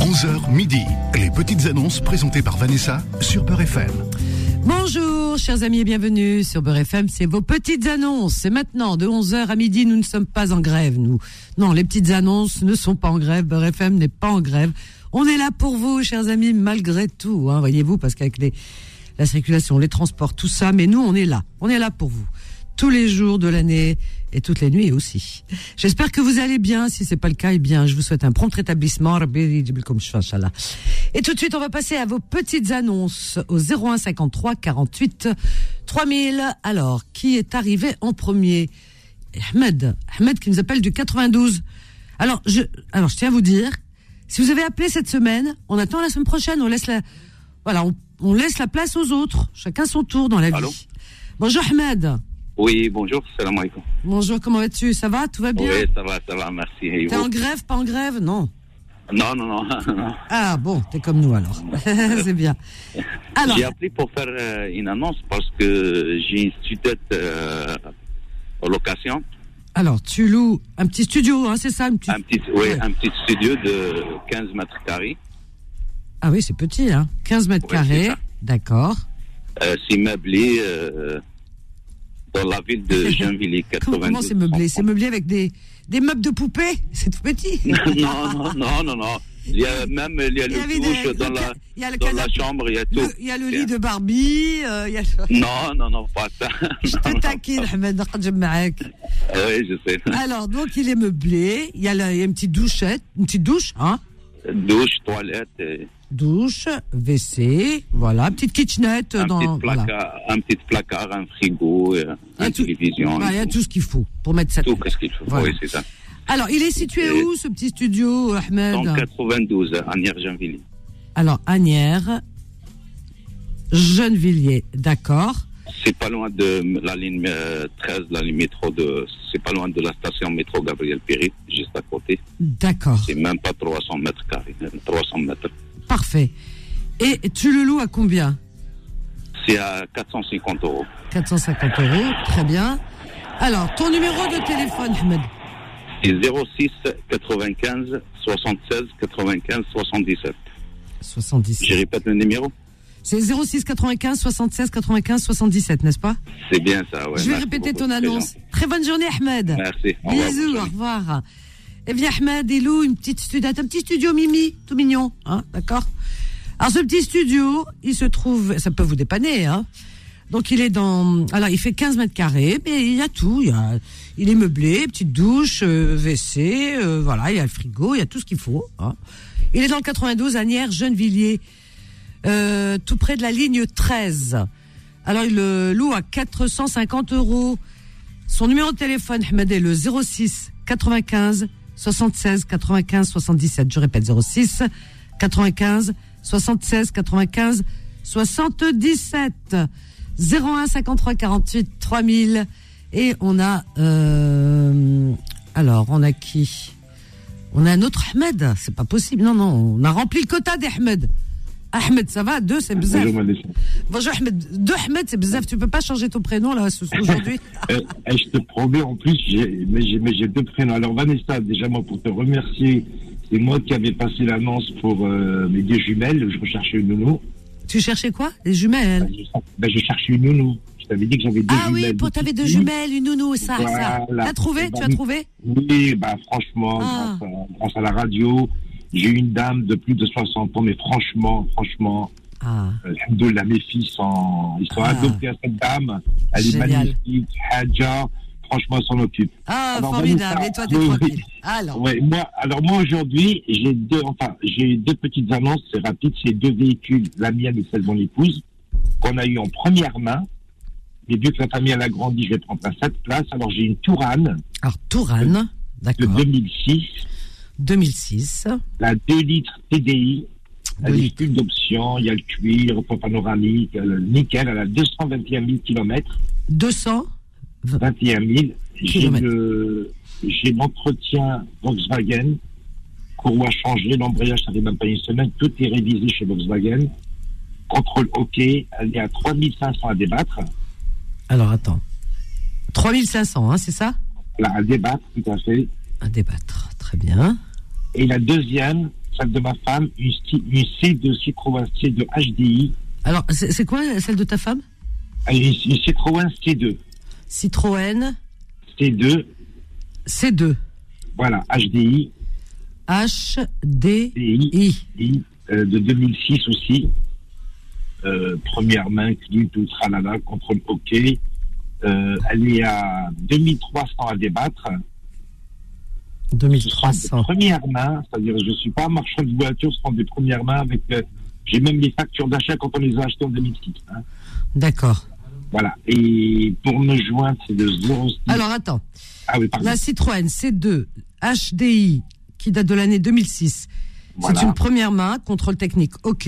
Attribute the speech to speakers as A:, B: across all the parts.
A: 11h midi. Les petites annonces présentées par Vanessa sur Peur FM.
B: Bonjour, chers amis et bienvenue sur Beurre FM. C'est vos petites annonces. C'est maintenant de 11h à midi. Nous ne sommes pas en grève, nous. Non, les petites annonces ne sont pas en grève. Beurre FM n'est pas en grève. On est là pour vous, chers amis, malgré tout. hein, Voyez-vous, parce qu'avec les, la circulation, les transports, tout ça, mais nous, on est là. On est là pour vous. Tous les jours de l'année et toutes les nuits aussi. J'espère que vous allez bien. Si c'est pas le cas, eh bien, je vous souhaite un prompt rétablissement. Rabbi Yidjibl comme je fais, Inch'Allah. Et tout de suite, on va passer à vos petites annonces au 01 53 48 3000. Alors, qui est arrivé en premier Ahmed. Ahmed qui nous appelle du 92. Alors, je, alors, je tiens à vous dire, si vous avez appelé cette semaine, on attend la semaine prochaine. On laisse la, voilà, on, on laisse la place aux autres. Chacun son tour dans la vie.
C: Allô
B: Bonjour Ahmed.
C: Oui, bonjour, salam alaikum.
B: Bonjour, comment vas-tu Ça va Tout va bien
C: Oui, ça va, ça va, merci. Et
B: T'es
C: vous
B: en grève, pas en grève Non.
C: Non, non, non.
B: Ah bon, t'es comme nous alors. C'est bien. Alors,
C: J'ai appelé pour faire euh, une annonce parce que j'ai une studette euh, en location,
B: alors, tu loues un petit studio, hein, c'est ça une petite-
C: un petit, oui,
B: Ouais.
C: un petit studio de 15 mètres carrés,
B: Ah oui, c'est petit, hein. 15 mètres
C: Ouais, c'est
B: carrés,
C: ça.
B: d'accord.
C: euh, c'est meublé euh, dans la ville de Gennevilliers,
B: Comment
C: 92.
B: comment c'est meublé C'est meublé avec des, des meubles de poupées C'est tout petit
C: non, non, non, non, non. Il y a même il y a
B: Il y avait
C: le
B: des-
C: douche dans,
B: le
C: la,
B: ca- il y a le
C: dans la
B: canapé.
C: chambre, il y a tout.
B: Le- Il y a le lit de Barbie, euh, il y a... Je
C: Non, non, non, pas ça. Non,
B: te
C: non.
B: taquine, Ahmed, نقعد معاك.
C: Euh, Oui, je sais.
B: Alors, donc, il est meublé, il y a, la- il y a une petite douchette, une petite douche, hein
C: Douche, toilette. euh, et-
B: Douche, WC, voilà, petite kitchenette.
C: un,
B: dans,
C: petit
B: voilà.
C: placard, un petit placard, un frigo, euh,
B: Il y a
C: une
B: tout-
C: télévision,
B: voilà, il y a
C: tout,
B: tout ce qu'il faut pour mettre ça.
C: tout qu'est-ce qu'il faut.
B: Voilà.
C: Oui, c'est ça.
B: Alors, il est situé
C: Et-
B: où ce petit studio, Ahmed
C: Dans 92, à Niergenville.
B: Alors, Agnières, Gennevilliers, d'accord.
C: C'est pas loin de la ligne euh, 13, la ligne métro de. C'est pas loin de la station métro Gabriel Péry, juste à côté.
B: D'accord,
C: C'est même pas 300 mètres carrés, euh, 300 mètres.
B: parfait. Et tu le loues à combien
C: C'est à 450 euros.
B: 450 euros, très bien. Alors, ton numéro de téléphone, Ahmed
C: C'est 06 95 76 95 77.
B: 77.
C: Je répète le numéro
B: C'est 06 95 76 95 77, n'est-ce pas
C: C'est bien ça, ouais.
B: Je vais
C: Merci
B: répéter
C: beaucoup,
B: ton
C: c'est
B: annonce.
C: gentil.
B: Très bonne journée, Ahmed.
C: Merci. Au revoir, bonne
B: Bisous, au
C: journée.
B: revoir. Eh bien, Ahmed, il loue une petite studette, un petit studio Mimi, tout mignon, hein, d'accord Alors, ce petit studio, il se trouve, ça peut vous dépanner, hein donc il est dans, alors il fait 15 mètres carrés, mais il y a tout, il, y a- il est meublé, petite douche, euh, WC, euh, voilà, il y a le frigo, il y a tout ce qu'il faut. hein. Il est dans le 92 à Nières, Gennevilliers, euh, tout près de la ligne 13. Alors il le loue à 450 euros. Son numéro de téléphone, Ahmed, est le 06 95 76 95 77. Je répète, 06 95 76 95 77. 01 53 48 3000. Et on a. euh, alors, on a qui On a un autre Ahmed. C'est pas possible. Non, non, on a rempli le quota d'Ahmed. Ahmed, ça va Deux, c'est bizarre.
D: Bonjour Melissa.
B: Bonjour Ahmed. Deux Ahmed, c'est bizarre. Tu peux pas changer ton prénom là ce- aujourd'hui
D: Eh, eh, je te promets, en plus, j'ai- mais j'ai mais j'ai deux prénoms. Alors Vanessa, déjà moi pour te remercier, c'est moi qui avais passé l'annonce pour euh, mes deux jumelles. Je recherchais une nounou.
B: Tu cherchais quoi Les jumelles.
D: Ben, je, ben, je cherchais une nounou. Je t'avais dit que j'avais deux
B: Ah
D: jumelles.
B: oui, pour t'avais deux
D: Oui.
B: jumelles, une nounou, ça, ça.
D: Voilà.
B: T'as trouvé
D: Eh ben,
B: Tu as trouvé
D: Oui, bah franchement,
B: Ah.
D: grâce, à, grâce à la radio, j'ai eu une dame de plus de 60 ans, mais franchement, franchement,
B: Ah,
D: Euh, Alhamdoulilah, mes filles sont, ils sont
B: Ah.
D: adoptés à cette dame. Elle
B: Génial.
D: est magnifique, Hadja. Franchement, elle s'en occupe.
B: ah
D: Alors,
B: formidable.
D: Vanessa,
B: Et toi, t'es
D: oui, oui.
B: tranquille. Alors,
D: Ouais, moi, alors moi aujourd'hui, j'ai deux, enfin, j'ai deux petites annonces, c'est rapide, c'est deux véhicules, la mienne et celle de mon épouse, qu'on a eu en première main. Mais vu que la famille elle a grandi, je vais prendre la 7 place. Alors j'ai une Tourane
B: alors Tourane,
D: de
B: d'accord.
D: 2006,
B: 2006.
D: la 2 litres TDI. Elle
B: Oui.
D: est full d'options, il y a le cuir, le panoramique, euh, nickel, elle a 221 000 km.
B: 200.
D: 21 000. J'ai
B: Kilomètres.
D: le- j'ai l'entretien Volkswagen. Courroie changée, l'embrayage, ça fait même pas une semaine. Tout est révisé chez Volkswagen. Contrôle OK. Elle est à 3500 à débattre.
B: Alors, attends. 3500, hein, c'est ça
D: Là, à débattre, tout à fait.
B: À débattre. Très bien.
D: Et la deuxième, celle de ma femme, une, sti- une C2 Citroën C2 HDI,
B: Alors, c'est c'est quoi celle de ta femme
D: et une, une Citroën C2.
B: Citroën
D: C2,
B: C2
D: voilà, HDI,
B: HDI.
D: DI, euh, de 2006 aussi. Euh, première main, clip, tout tralala, contrôle OK. Euh, elle est à 2300 à débattre. Ce sont des
B: 2300.
D: premières mains, c'est-à-dire je suis pas un marchand de voitures, ce sont des premières mains avec. euh, j'ai même les factures d'achat quand on les a achetées en 2006. hein.
B: D'accord.
D: Voilà. Et pour me joindre, c'est de 06.
B: Alors, attends.
D: ah oui, pardon.
B: La Citroën C2 HDI, qui date de l'année 2006.
D: Voilà.
B: C'est une première main, contrôle technique, ok.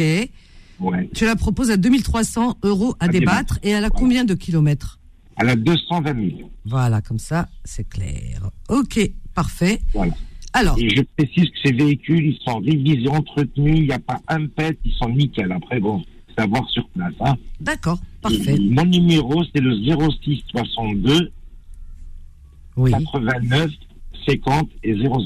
D: Ouais.
B: Tu la proposes à 2300 euros à,
D: À
B: débattre.
D: débattre.
B: Et elle a combien de kilomètres
D: Elle a 220 000.
B: Voilà, comme ça, c'est clair. Ok, parfait.
D: Voilà.
B: Alors,
D: Et je précise que ces véhicules, ils sont révisés, entretenus, il n'y a pas un pet, ils sont nickel. Après, bon, c'est à voir sur place. hein.
B: d'accord, parfait.
D: Et Mon numéro, c'est le 06 62
B: Oui,
D: 89 50 et 00.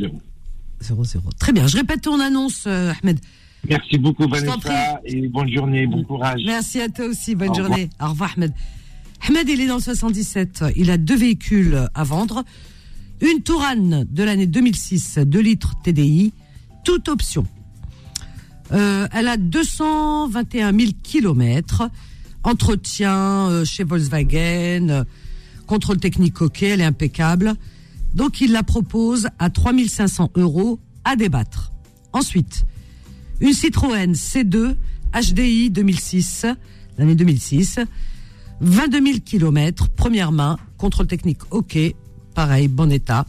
B: 00. Très bien, je répète ton annonce, euh, Ahmed.
D: Merci beaucoup,
B: Je t'en
D: Vanessa, et bonne journée, bon courage.
B: Merci à toi aussi, bonne
D: Au revoir.
B: journée. Au revoir, Ahmed. Ahmed, il est dans le 77. Il a deux véhicules à vendre. Une Tourane de l'année 2006, 2 litres TDI, toute option. Euh, elle a 221 000 kilomètres. Entretien euh, chez Volkswagen, euh, contrôle technique OK, elle est impeccable. Donc il la propose à 3500 euros à débattre. Ensuite, une Citroën C2 HDI 2006, l'année 2006, 22 000 km, première main, contrôle technique OK, pareil, bon état.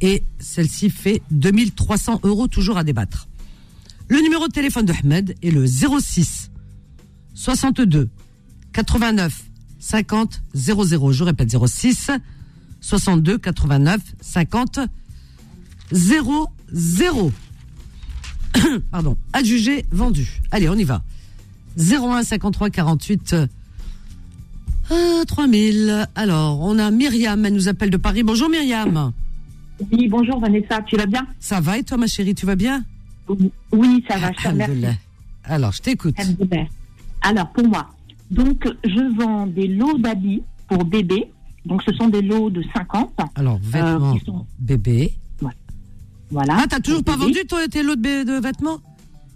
B: Et celle-ci fait 2300 euros toujours à débattre. Le numéro de téléphone de Ahmed est le 06 62 89 50 00. Je répète 06 62 89 50 00 pardon, adjugé, vendu. Allez, on y va. 01 53 48 euh, 3000. Alors, on a Myriam, elle nous appelle de Paris. Bonjour Myriam.
E: Oui, bonjour Vanessa, tu vas bien
B: Ça va et toi ma chérie, tu vas bien
E: Oui, ça va, je te remercie.
B: Alhamdoulilah. Alors, je t'écoute.
E: Alhamdoulilah. Alors, pour moi, donc je vends des lots d'habits pour bébés. Donc, ce sont des lots de 50.
B: Alors, vêtements
E: qui sont-
B: bébé.
E: Voilà.
B: Ah, t'as toujours
E: Pour
B: pas
E: bébés.
B: vendu toi, tes lots de, bé- de vêtements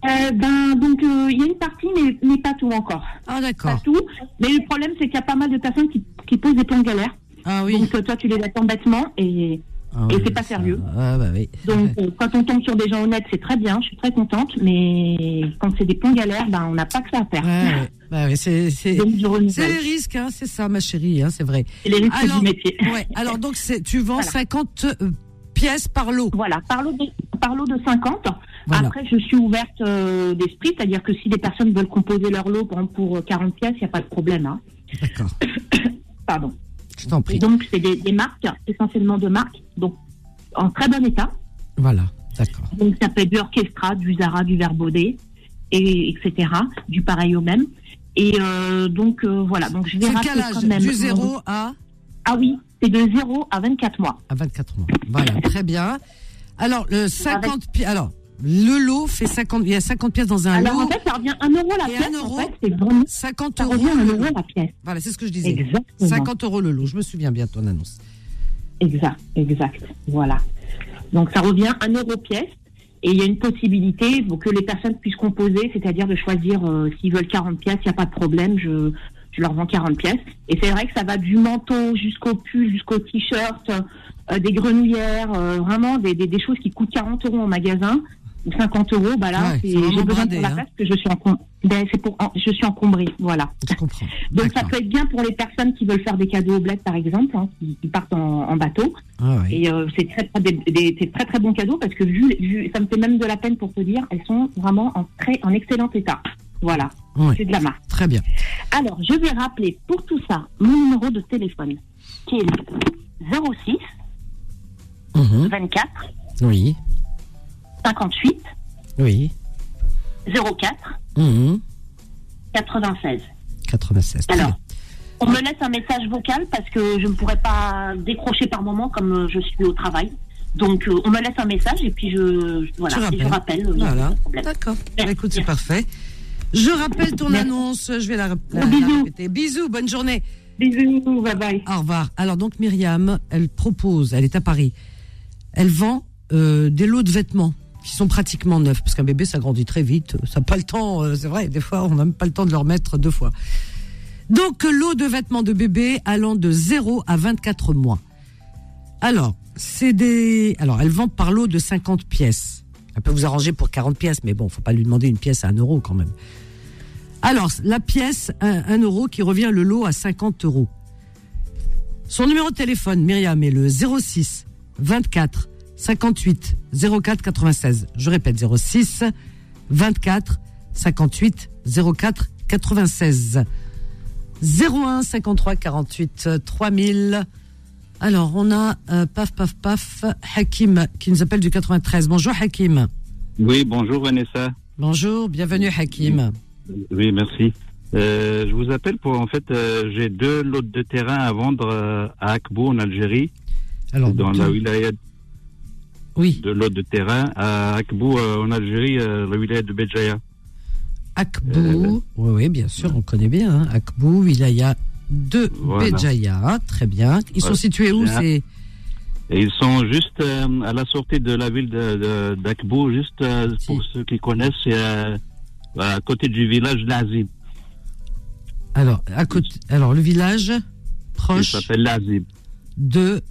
E: Euh, Ben, donc, euh, il y a une partie, mais, mais pas tout encore.
B: Ah,
E: Pas
B: d'accord.
E: tout. Mais le problème, c'est qu'il y a pas mal de personnes qui, qui posent des plans galères.
B: Ah oui.
E: Donc, euh, toi, tu les attends bêtement. Et
B: Ah
E: et
B: oui,
E: c'est pas
B: ça-
E: sérieux.
B: Ah, bah oui.
E: donc, euh, quand on tombe sur des gens honnêtes, c'est très bien. Je suis très contente. Mais quand c'est des plans galères, ben, on n'a pas que ça à faire.
B: Ouais, ouais. Bah oui, c'est. c'est-
E: Donc, je
F: bah
B: C'est les
E: renouvelle.
B: risques, hein, c'est ça, ma chérie, hein, c'est vrai.
E: C'est les risques
B: Alors,
E: du métier.
B: Ouais, alors donc c'est- tu vends
E: Voilà.
B: 50 euh, pièces par lot.
E: Voilà, par lot de, par lot de 50.
B: Voilà.
E: Après, je suis ouverte euh, d'esprit, c'est-à-dire que si des personnes veulent composer leur lot par exemple, pour 40 pièces, il n'y a pas de problème. hein.
B: D'accord,
E: Pardon.
B: je t'en prie.
E: Donc, c'est des, des marques, essentiellement de marques, donc en très bon état.
B: Voilà, d'accord.
E: Donc, ça peut être du Orchestra, du Zara, du Verbaudet, et, etc., du pareil au même. Et euh, donc, euh, voilà. Donc, je vais
B: C'est
E: rappeler
B: quel âge
E: quand même. euh,
B: Du 0 à,
E: Ah oui, c'est de 0 à 24 mois.
B: à 24 mois. Voilà, très bien. Alors, le 50 pièces. Alors, le lot fait 50. Il y a 50 pièces dans un
E: Alors,
B: lot.
E: en fait, ça revient 1 euro la
B: Et
E: pièce.
B: un euro.
E: En fait, c'est vraiment.
B: 50
E: Ça
B: euros
E: revient 1
B: le
E: euro
B: lot.
E: la pièce.
B: Voilà, c'est ce que je disais.
E: Exactement.
B: 50 euros le lot. Je me souviens bien de ton annonce.
E: Exact, exact. Voilà. Donc ça revient à 1 euro pièce. Et il y a une possibilité pour que les personnes puissent composer, c'est-à-dire de choisir euh, s'ils veulent 40 pièces, il n'y a pas de problème, je, je leur vends 40 pièces. Et c'est vrai que ça va du manteau jusqu'au pull, jusqu'au t-shirt, euh, des grenouillères, euh, vraiment des, des, des choses qui coûtent 40 euros en magasin ou 50 euros. Bah là,
B: Ouais,
E: c'est-
B: c'est vraiment
E: j'ai besoin
B: bradé,
E: de la
B: hein.
E: place parce que je suis, encom- ben, c'est pour, en- je suis encombrée. Voilà.
B: Je comprends.
E: Donc ça
B: D'accord.
E: peut être bien pour les personnes qui veulent faire des cadeaux au bled, par exemple, hein, qui, qui partent en, en bateau.
B: Ah oui.
E: Et euh, c'est très, très, des- des- c'est très très bon cadeau parce que vu, vu- ça me fait même de la peine pour te dire, elles sont vraiment en très en excellent état. Voilà,
B: Ouais,
E: c'est de la marque.
B: Très bien.
E: Alors je vais rappeler pour tout ça mon numéro de téléphone qui est le 06
B: Mhm.
E: 24
B: Oui.
E: 58
B: Oui.
E: 04
B: Mhm.
E: 96.
B: 96. Très
E: Alors.
B: bien.
E: On me laisse un message vocal parce que je ne pourrais pas décrocher par moment comme euh, je suis au travail. Donc, euh, on me laisse un message et puis je, voilà,
B: Tu
E: et je rappelle. euh,
B: Voilà.
E: sans problème.
B: D'accord. Bah,
E: Merci.
B: écoute, c'est parfait. Je rappelle ton
E: Merci.
B: annonce. Je vais la, rap- la-
E: Gros
B: la
E: bisous.
B: répéter. Bisous. Bonne journée.
E: Bisous, bye bye.
B: Au revoir. Alors donc Myriam, elle propose, elle est à Paris. Elle vend euh, des lots de vêtements qui sont pratiquement neufs parce qu'un bébé ça grandit très vite, ça n'a pas le temps, euh, c'est vrai, des fois on n'a même pas le temps de le remettre deux fois. Donc euh, lot de vêtements de bébé allant de 0 à 24 mois. Alors, c'est des alors elle vend par lot de 50 pièces. Elle peut vous arranger pour 40 pièces mais bon, faut pas lui demander une pièce à 1 euro quand même. Alors, la pièce, 1 euro qui revient le lot à 50 euros. Son numéro de téléphone, Myriam, est le 06 24 58 04 96. Je répète, 06 24 58 04 96. 01 53 48 3000. Alors, on a, euh, paf, paf, paf, Hakim qui nous appelle du 93. Bonjour Hakim.
G: Oui, bonjour Vanessa.
B: Bonjour, bienvenue Hakim.
G: Oui, merci. Euh, je vous appelle pour, en fait, euh, j'ai deux lots de terrain à vendre euh, à Akbou, en Algérie,
B: Alors,
G: dans la wilaya
B: oui,
G: de lots de terrain à Akbou, euh, en Algérie, euh, la wilaya de Béjaïa. Eh
B: Akbou.
G: ben.
B: oui, oui, bien sûr, on connaît bien. hein. Akbou, Wilaya de
G: Voilà.
B: Béjaïa. Très bien. Ils sont
G: Voilà.
B: situés où
G: Bien.
B: c'est
G: Et ils sont juste euh, à la sortie de la ville de- de- d'Akbou, juste euh,
B: Si.
G: pour ceux qui connaissent, c'est euh, à côté du village Lazib.
B: Alors, à côté, alors, le village
G: Il
B: proche
G: s'appelle Lazib.
B: de,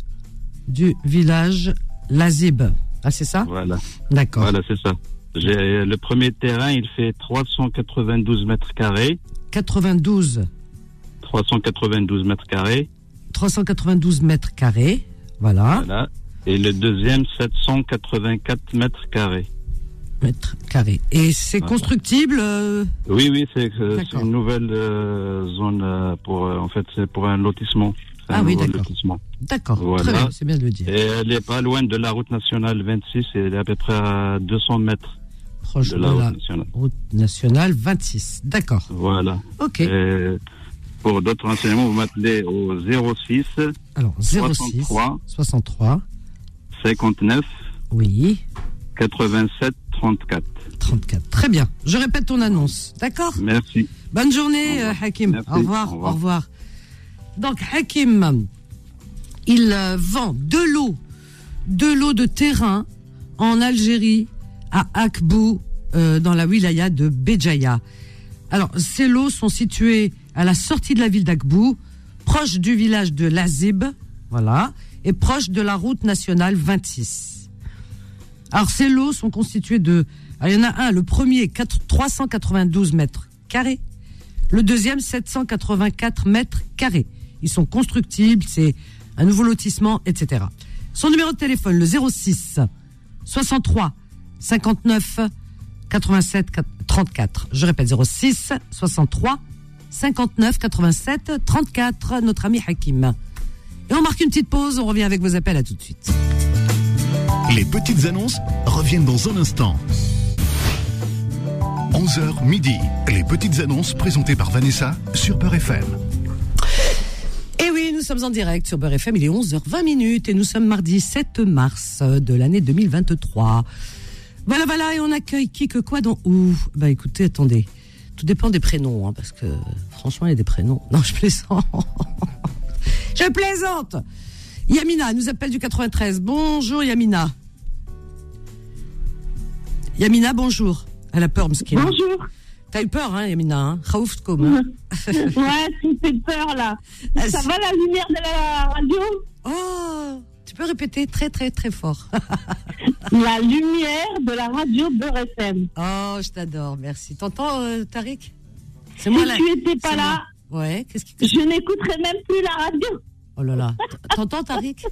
B: du village Lazib. Ah, c'est ça
G: Voilà,
B: D'accord.
G: voilà c'est ça. J'ai- euh, Le premier terrain, il fait 392 mètres carrés.
B: 92,
G: 392 mètres carrés.
B: 392 mètres carrés. Voilà,
G: Voilà. Et le deuxième, 784 mètres carrés.
B: mètres carrés. Et c'est
G: Voilà.
B: constructible euh,
G: Oui, oui, c'est euh,
B: D'accord.
G: c'est une nouvelle euh, zone euh, pour, euh, en fait, c'est pour un lotissement. C'est
B: Ah
G: un
B: oui,
G: nouveau
B: d'accord.
G: lotissement.
B: D'accord,
G: Voilà.
B: très bien, c'est bien de le
G: Et
B: dire.
G: elle est pas loin de la route nationale 26, elle est à peu près à 200 mètres
B: Proche
G: de la route nationale.
B: route nationale 26. D'accord,
G: Voilà.
B: ok.
G: Et pour d'autres renseignements, vous m'appelez au 06
B: Alors, 06
G: 63
B: 63,
G: 59
B: oui,
G: 87 34.
B: 34. Très bien. Je répète ton annonce. D'accord
G: Merci.
B: Bonne journée,
G: Au revoir.
B: euh, Hakim.
G: Merci.
B: Au revoir, au
G: Au revoir.
B: revoir. Donc, Hakim, il euh, vend deux lots, deux lots de terrain en Algérie, à Akbou, euh, dans la wilaya de Béjaïa. Alors, ces lots sont situés à la sortie de la ville d'Akbou, proche du village de Lazib, voilà, et proche de la route nationale 26. Alors, ces lots sont constitués de. alors, il y en a un, le premier, quatre- 392 mètres carrés. Le deuxième, 784 mètres carrés. Ils sont constructibles, c'est un nouveau lotissement, etc. Son numéro de téléphone, le 06 63 59 87 34. Je répète, 06 63 59 87 34, notre ami Hakim. Et on marque une petite pause, on revient avec vos appels à tout de suite.
A: Les petites annonces reviennent dans un instant. 11h midi. Les petites annonces présentées par Vanessa sur Peur FM.
B: Et Eh oui, nous sommes en direct sur Beurre FM, il est 11h20 minutes et nous sommes mardi 7 mars euh, de l'année 2023. Voilà, voilà, et on accueille qui que quoi dans où Bah écoutez, attendez, tout dépend des prénoms, hein, parce que franchement, il y a des prénoms. Non, je plaisante. je plaisante Yamina nous appelle du 93. Bonjour Yamina. Yamina, bonjour. Elle a peur, Mskin.
E: Bonjour.
B: T'as eu peur, hein, Yamina hein Raouf, comme. hein
E: Ouais, tu fais peur là.
B: Ah,
E: Ça
B: si.
E: va la lumière de la radio
B: oh Tu peux répéter très, très, très fort.
E: La lumière de la radio Beurre FM.
B: Oh, je t'adore, merci. T'entends, euh, Tariq C'est
E: Si
B: moi là.
E: tu étais pas
B: c'est
E: là,
B: Ouais, qu'est-ce qui.
E: je n'écouterais même plus la radio.
B: Oh là là. T'entends, Tariq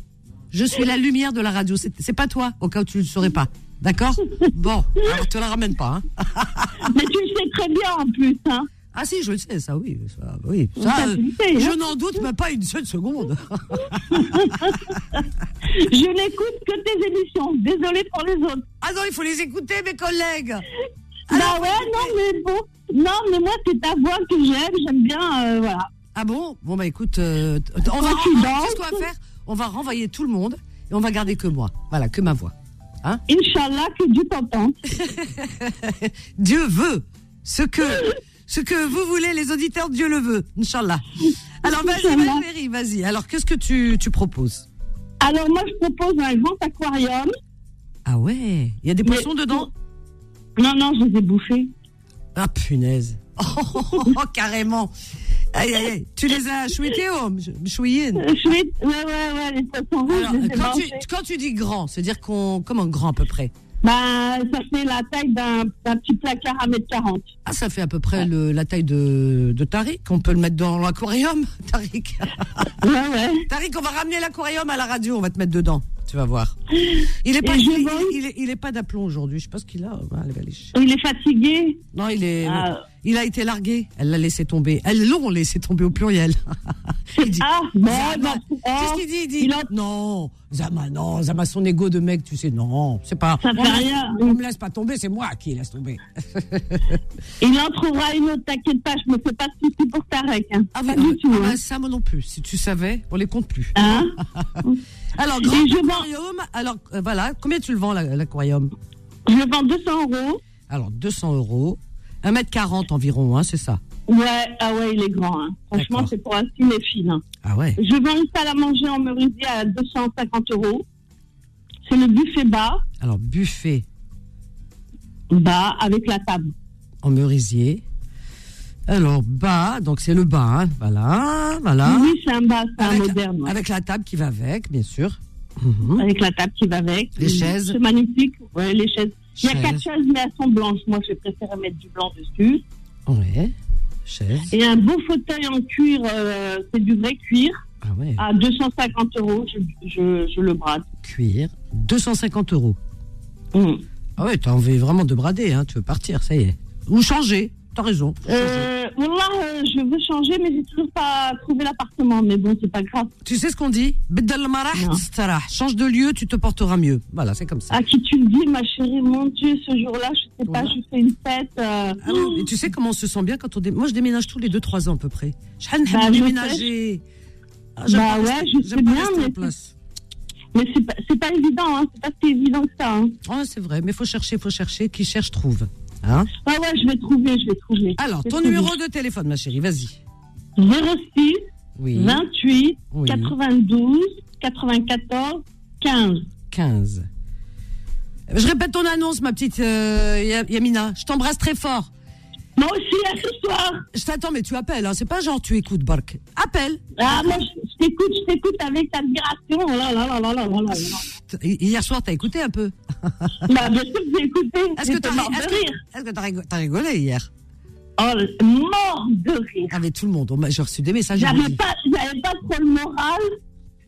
B: Je suis la lumière de la radio. C'est c'est pas toi, au cas où tu ne le saurais pas. D'accord Bon, alors te la ramène pas. hein.
E: Mais tu le sais très bien en plus. Hein.
B: Ah si, je le sais, ça oui. Ça, oui. Ça,
E: Ça,
B: euh,
E: tu le sais,
B: je
E: hein.
B: n'en doute même pas une seule seconde.
E: Je n'écoute que tes émissions. Désolée pour les autres.
B: Ah non, il faut les écouter, mes collègues.
E: bah ouais, non, mais bon. Non, mais moi, c'est ta voix que j'aime. J'aime bien. euh, voilà.
B: Ah bon Bon bah écoute, euh, t- on va,
E: Quand tu
B: on-
E: danses.
B: qu'est-ce qu'on va faire On va renvoyer tout le monde Et on va garder que moi. Voilà, que ma voix. Hein?
F: Inch'Allah, que Dieu t'entende.
B: Dieu veut ce que, ce que vous voulez, les auditeurs, Dieu le veut. Inch'Allah. Alors, vas-y,
F: Inch'Allah.
B: Valérie, vas-y. Alors, qu'est-ce que tu, tu proposes
F: Alors, moi, je propose un grand aquarium.
B: Ah ouais, il y a des
F: Mais-
B: poissons dedans
F: Non, non, je les ai bouffés.
B: Ah punaise. Oh, oh, oh, oh, carrément. Aïe, aïe, aïe. Tu les as chouettés, oh, m- chouillés
F: Euh, Je vais... Ouais, ouais, ouais, les poissons rouges,
B: Alors,
F: je les ai
B: quand tu,
F: mangés.
B: quand tu dis grand, c'est-à-dire qu'on. Comment grand à peu près
F: Bah, ça fait la taille d'un d'un petit placard à 1m40.
B: Ah, ça fait à peu près le- la taille de, de Tariq. On peut le mettre dans l'aquarium, Tariq.
F: Ouais, ouais.
B: Tariq, on va ramener l'aquarium à la radio, on va te mettre dedans. Tu vas voir. Il est pas,
F: Et je
B: il, il-
F: vends-
B: il est- il est pas d'aplomb aujourd'hui. Je pense qu'il a. bah, elle va aller chier.
F: Il est fatigué.
B: Non, il est.
F: Ah.
B: Il a été largué. Elle l'a laissé tomber. Elles l'ont laissé tomber au pluriel. il dit,
F: Ah, bon,
B: Zama.
F: bah,
B: Qu'est-ce
F: oh,
B: qu'il dit Il dit
F: il en-
B: non, Zama, non, Zama, son ego de mec, tu sais, non, c'est pas.
F: Ça fait
B: on me-
F: rien.
B: On me laisse pas tomber, c'est moi qui laisse tomber.
F: il en trouvera une autre, t'inquiète pas, je me fais pas de soucis pour Tarek. Hein.
B: Ah,
F: pas
B: oui,
F: du tout.
B: ah,
F: Hein.
B: ça, moi non plus. Si tu savais, on les compte plus.
F: Hein
B: Alors, grand
F: Et je vends-
B: aquarium. Alors, euh, voilà, combien tu le vends, la- l'aquarium
F: je le vends 200 euros.
B: Alors, 200 euros. 1m40 environ, hein, c'est ça.
F: Ouais, ah ouais, il est grand. Hein. Franchement,
B: D'accord.
F: c'est pour un cinéphile. Hein.
B: Ah ouais
F: Je vends une salle à manger en merisier à 250 euros. C'est le buffet bas,
B: Alors, buffet
F: bas avec la table.
B: en merisier. Alors, bas, donc c'est le bas, hein. voilà, voilà.
F: oui, c'est un bas, c'est un
B: Avec-
F: moderne. ouais. Avec...
B: Avec la table qui va avec, bien sûr. Mhm.
F: la table qui va avec.
B: Les chaises.
F: C'est magnifique. Ouais, les chaises. Il y a
B: Chaise.
F: quatre chaises, mais elles sont blanches. Moi, je préfère mettre du blanc dessus.
B: Ouais. Chaise.
F: Et un beau fauteuil en cuir, euh, c'est du vrai cuir,
B: Ah ouais.
F: à 250 euros, je, je, je le brade.
B: Cuir. 250 euros.
F: Mm.
B: Ah ouais, t'as envie vraiment de brader, hein. Tu veux partir, ça y est. Ou changer. T'as raison. faut changer.
F: Euh, Wallah, euh, je veux changer, mais j'ai toujours pas trouvé l'appartement. Mais bon, c'est pas grave.
B: Tu sais ce qu'on dit Beddal marah,
F: Non.
B: tstarah. Change de lieu, tu te porteras mieux. Voilà, c'est comme ça.
F: À qui tu le dis, ma chérie, mon Dieu, ce jour-là, je sais pas,
B: Voilà.
F: je fais une fête. euh,
B: Ah oui, mais tu sais comment on se sent bien quand on dé- Moi, je déménage tous les 2-3 ans à peu près. Je hâte
F: Bah,
B: de
F: je
B: déménager. Ah, j'aime
F: Bah
B: pas
F: ouais,
B: rester-
F: je
B: j'aime
F: sais
B: pas
F: bien,
B: rester en
F: mais-
B: place.
F: Mais c'est pas, c'est pas évident, hein, c'est pas si évident que ça. Hein.
B: Ah, c'est vrai, mais faut chercher, faut chercher. Qui cherche, trouve. Hein
F: Ouais, Ah ouais, je vais trouver, je vais trouver.
B: Alors,
F: Je
B: ton
F: vais
B: numéro de téléphone, ma chérie, vas-y.
F: trouver. 06
B: Oui.
F: 28
B: Oui.
F: 92 94 15.
B: 15. Je répète ton annonce, ma petite euh, Ya- Yamina. Je t'embrasse très fort.
F: Moi aussi, à ce soir.
B: Je t'attends, mais tu appelles. Hein. C'est pas genre tu écoutes, Bark. Appelle.
F: Ah, moi, je je t'écoute, je t'écoute avec admiration. Oh Là, là, là, là, là, là, là.
B: T- Hier soir, t'as écouté un peu.
F: Bah, bien sûr que j'ai écouté.
B: Est-ce que
F: J'étais
B: t'as
F: morte
B: ri- est-ce
F: de
B: que-
F: rire.
B: Est-ce que t'as rigo- t'as rigolé hier
F: Oh, mort de rire.
B: Avec tout le monde. On m'a- J'ai reçu des messages. ils m'ont
F: J'avais
B: dit,
F: pas, j'avais pas trop le moral.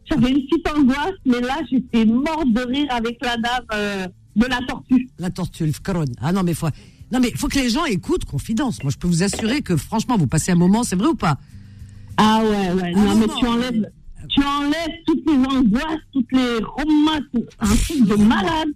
F: J'avais une petite angoisse, mais là, j'étais morte de rire avec la dame euh, de la tortue.
B: La tortue, le fcaron. Ah non, mais faut. Non, mais faut que les gens écoutent confidence. Moi, je peux vous assurer que franchement, vous passez un moment, c'est vrai ou pas
F: Ah ouais, ouais.
B: Ah
F: non,
B: non,
F: mais
B: non,
F: tu enlèves, tu enlèves toutes les angoisses, toutes les romas, un truc de malade.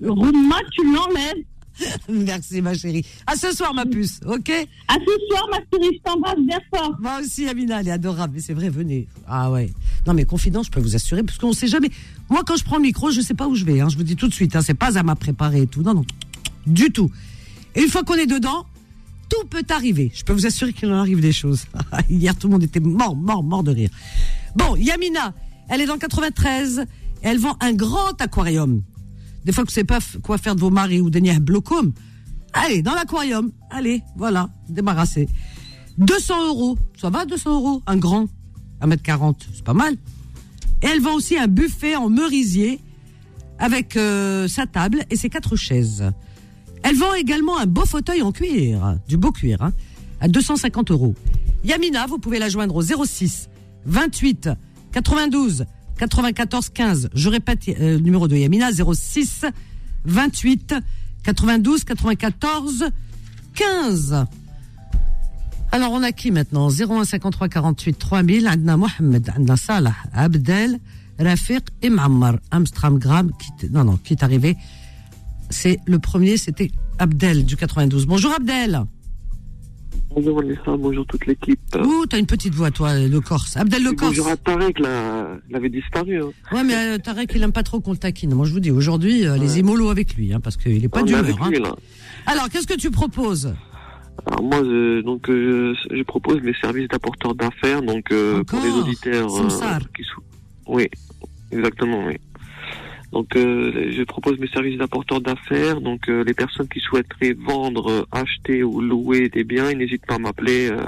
F: le roma, tu l'enlèves.
B: Merci, ma chérie. À ce soir, ma puce, ok
F: À ce soir, ma chérie, je t'embrasse bien fort.
B: Moi aussi, Amina, elle est adorable, mais c'est vrai, venez. Ah ouais. Non, mais confidence, je peux vous assurer, parce qu'on sait jamais. Moi, quand je prends le micro, je sais pas où je vais. hein, je vous dis tout de suite, hein, c'est pas à m'a préparé et tout. Non, non, du tout. Et une fois qu'on est dedans, tout peut arriver. Je peux vous assurer qu'il en arrive des choses. Hier, tout le monde était mort, mort, mort de rire. Bon, Yamina, elle est dans le 93. Elle vend un grand aquarium. Des fois que vous savez pas f- quoi faire de vos maris ou des niais blocom, allez, dans l'aquarium. Allez, voilà, débarrassez. 200 euros. Ça va, 200 euros Un grand, 1m40, c'est pas mal. Et elle vend aussi un buffet en merisier avec euh, sa table et ses quatre chaises. Elle vend également un beau fauteuil en cuir, du beau cuir, hein, à 250 euros. Yamina, vous pouvez la joindre au 06 28 92 94 15. Je répète euh, le numéro de Yamina, 06 28 92 94 15. Alors, on a qui maintenant 01 53 48 3000. Adna Mohamed, Adna Salah, Abdel, Rafiq et Mammar. Amstram Gram, qui, t- non, non, qui est arrivé. C'est le premier, c'était Abdel du 92. Bonjour Abdel.
H: Bonjour Vanessa, bonjour toute l'équipe.
B: Ouh, t'as une petite voix, toi, le Corse. Abdel le
H: Et
B: Corse.
H: Bonjour à Tarek, là, il avait disparu. Hein.
B: Ouais, mais euh, Tarek, il aime pas trop qu'on le taquine. Moi, je vous dis, aujourd'hui, euh, les émolos avec lui, hein, parce qu'il est pas
H: On est
B: d'humeur.
H: avec
B: hein.
H: lui, là.
B: Alors, qu'est-ce que tu proposes
H: Alors moi, je, donc, euh, je, je propose mes services d'apporteur d'affaires, donc euh, pour les
B: Encore
H: auditeurs euh,
B: Samsar.
H: qui sont. Oui, exactement, oui. Donc, euh, je propose mes services d'apporteur d'affaires. Donc, euh, les personnes qui souhaiteraient vendre, euh, acheter ou louer des biens, ils n'hésitent pas à m'appeler euh,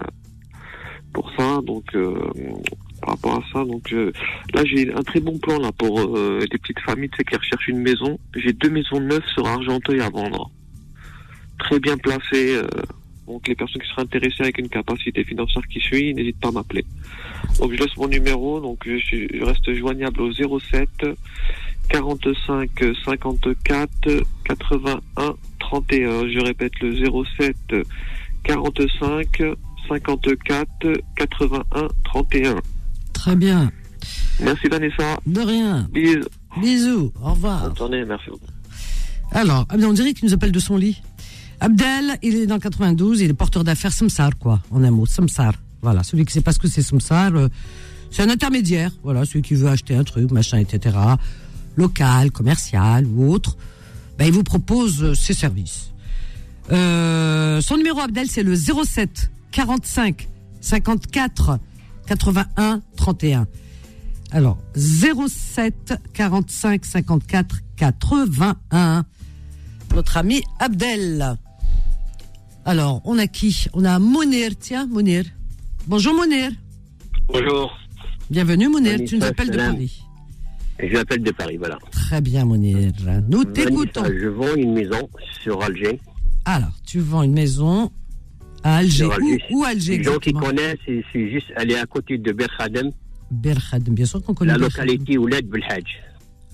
H: pour ça. Donc, euh, par rapport à ça, donc euh, là, j'ai un très bon plan là pour euh, des petites familles, tu sais, qui recherchent une maison. J'ai deux maisons neuves sur Argenteuil à vendre, très bien placées. euh, donc les personnes qui seraient intéressées avec une capacité financière qui suit, n'hésite pas à m'appeler. Donc je laisse mon numéro, donc je, suis- je reste joignable au 07 45 54 81 31. Je répète le 07 45 54 81 31.
B: Très bien.
H: Merci Vanessa.
B: De rien.
H: Bisous.
B: Bisous. Au revoir.
H: Bonne journée, merci beaucoup.
B: Alors, Abdel, Ah, on dirait qu'il nous appelle de son lit. Abdel, il est dans le 92, il est porteur d'affaires Samsar, quoi, en un mot, Samsar. Voilà, celui qui sait pas ce que c'est Samsar, euh, c'est un intermédiaire, voilà, celui qui veut acheter un truc, machin, etc., local, commercial ou autre, ben, il vous propose euh, ses services. Euh, son numéro, Abdel, c'est le 07 45 54 81 31. Alors, 07 45 54 81. Notre ami Abdel. Alors, on a qui On a Mounir, tiens, Mounir. Bonjour Mounir.
I: Bonjour,
B: Bienvenue Mounir,
I: Vanessa,
B: tu nous appelles de
I: salam.
B: Paris.
I: je m'appelle de Paris, voilà.
B: Très bien Mounir, nous t'écoutons.
I: Vanessa, Je vends une maison sur Alger.
B: Alors, tu vends une maison à Alger.
I: Sur Alger.
B: Où, où Alger
I: Les gens qui
B: exactement
I: connaissent, c'est c'est juste, elle est à côté de Berkhadem,
B: Berkhadem, bien sûr qu'on connaît.
I: la
B: Berkhadem.
I: localité Ouled Belhadj.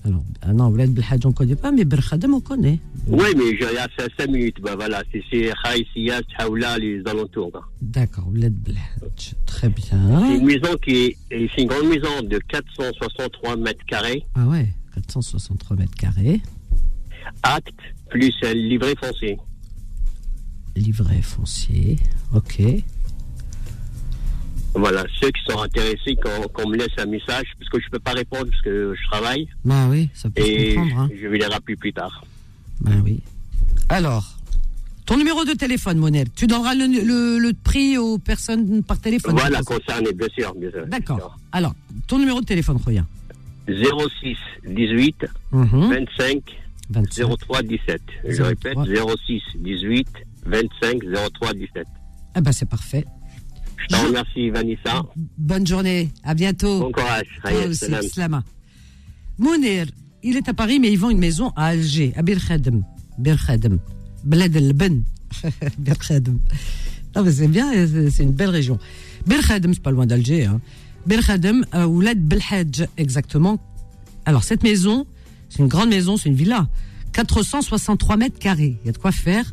B: Alors, ah non, Ouled Belhadj, on connaît pas, mais Berkhadem, on connaît.
I: Oui, mais j'ai à 5 minutes, bah voilà, c'est- c'est Khaïsia, Haoula, les alentours. hein.
B: D'accord, Ouled Belhadj, très
I: C'est
B: bien.
I: une maison qui est, et c'est une grande maison de 463 mètres carrés,
B: Ah ouais, 463 mètres carrés,
I: acte, plus un livret foncier.
B: livret foncier, ok.
I: Voilà, ceux qui sont intéressés, qu'on qu'on me laisse un message, parce que je peux pas répondre, parce que je travaille,
B: Bah oui, ça peut se
I: et
B: comprendre. Hein.
I: je vais les rappeler plus tard.
B: Bah oui. Alors, ton numéro de téléphone, Monel. Tu donneras le, le- le prix aux personnes par téléphone.
I: Voilà,
B: je pense.
I: concerné, bien sûr. bien sûr.
B: D'accord. Alors, ton numéro de téléphone, Roya.
I: 06 18
B: Mhm.
I: 25
B: 25.
I: 03 17. Je
B: 03.
I: répète, 06 18 25 03 17.
B: Ah bah c'est parfait.
I: Je te remercie, Vanessa.
B: Bonne journée. À bientôt.
I: Bon courage.
B: Toi
I: Hayat,
B: aussi,
I: salam.
B: Slama. Mounir, il est à Paris, mais il vend une maison à Alger, à Bir Khadem. Bir Khadem. Bled El Ben. Bir Khadem. Non, mais c'est bien, c'est- c'est une belle région. Bir Khadem, c'est pas loin d'Alger. Hein. Bir Khadem, euh, Ouled Belhadj, exactement. Alors, cette maison, c'est une grande maison, c'est une villa. 463 mètres carrés. Il y a de quoi faire.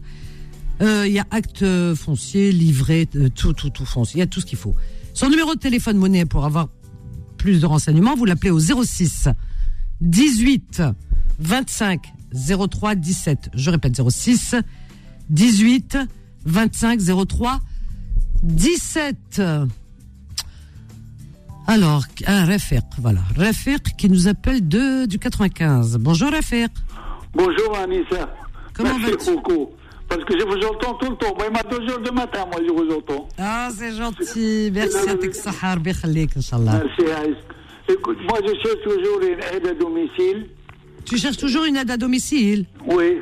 B: Euh, Il y a acte euh, foncier, livret, euh, tout, tout, tout foncier. Il y a tout ce qu'il faut. Son numéro de téléphone, Monet, pour avoir plus de renseignements, vous l'appelez au 06 18 25 03 17. Je répète 06 18 25 03 17. Alors, un Rafiq, voilà. Rafiq qui nous appelle de, du 95. Bonjour Rafiq.
J: Bonjour Anissa.
B: Comment
J: Merci
B: vas-tu
J: beaucoup. Parce que je vous entends tout le temps. Moi, il m'a deux heures du matin, moi, je vous entends.
B: Ah, c'est gentil. Merci, Atik Sahar, bikhalik, Inch'Allah.
J: Merci, Aïs. Écoute, moi, je cherche toujours une aide à domicile.
B: Tu cherches toujours une aide à domicile
J: Oui,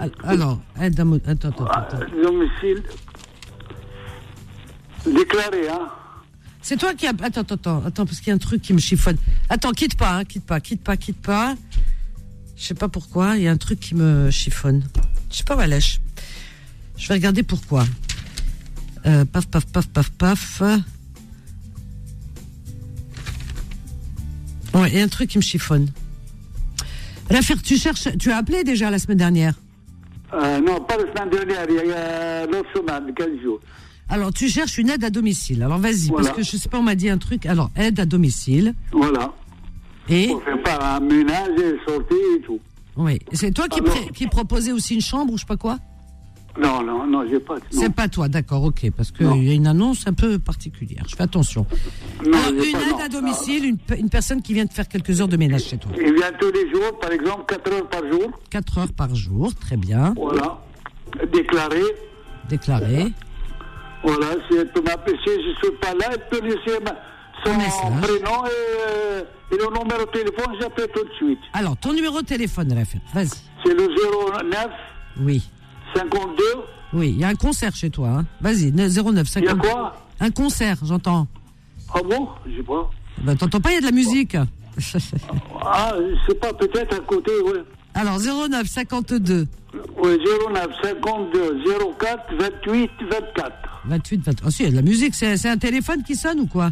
B: Al- Alors, aide à... mo- Attends, attends, attends.
J: à domicile. Déclaré, hein.
B: C'est toi qui a. Attends, attends, attends, attends, parce qu'il y a un truc qui me chiffonne. Attends, quitte pas, hein, quitte pas, quitte pas, quitte pas. Je sais pas pourquoi, il y a un truc qui me chiffonne. Je sais pas, Valèche. Je vais regarder pourquoi. Euh, paf, paf, paf, paf, paf. Ouais, il y a un truc qui me chiffonne. Rafir, tu cherches. Tu as appelé déjà la semaine dernière.
J: Euh, non, pas la semaine dernière, il y a l'autre semaine, 15 jours.
B: Alors, tu cherches une aide à domicile. Alors, vas-y,
J: Voilà.
B: parce que je sais pas, on m'a dit un truc. Alors, aide à domicile.
J: Voilà.
B: Et.
J: On fait pas un ménage et sortie et tout.
B: Oui, c'est toi qui,
J: Ah non.
B: pré- qui proposais aussi une chambre ou je sais pas quoi
J: Non, non, non, j'ai pas. Non,
B: C'est pas toi, d'accord, ok, parce qu'il y a une annonce un peu particulière. Je fais attention.
J: non,
B: Alors,
J: j'ai
B: une
J: pas,
B: aide
J: non.
B: à domicile, une, pe- une personne qui vient de faire quelques heures de ménage chez toi.
J: Il vient tous les jours, par exemple, 4 heures par jour.
B: 4 heures par jour, très bien.
J: Voilà. Déclaré.
B: Déclaré.
J: Voilà, si elle peut m'appeler, si je ne suis pas là, elle peut laisser ma- son prénom et, euh, et le numéro de téléphone, j'appelle tout de suite.
B: Alors, ton numéro de téléphone, Rafet, vas-y.
J: C'est le 09
B: Oui.
J: 52.
B: Oui, il y a un concert chez toi. hein. Vas-y, 09
J: Il y a
B: 50.
J: quoi
B: Un concert, j'entends.
J: Ah bon Je sais pas.
B: Ben, T'entends pas, il y a de la musique.
J: Ah, je sais pas, peut-être à côté, oui.
B: Alors, 09 52
J: Oui, 09 52 04 28 24.
B: 28 28. Ah si, il y a de la musique. C'est c'est un téléphone qui sonne ou quoi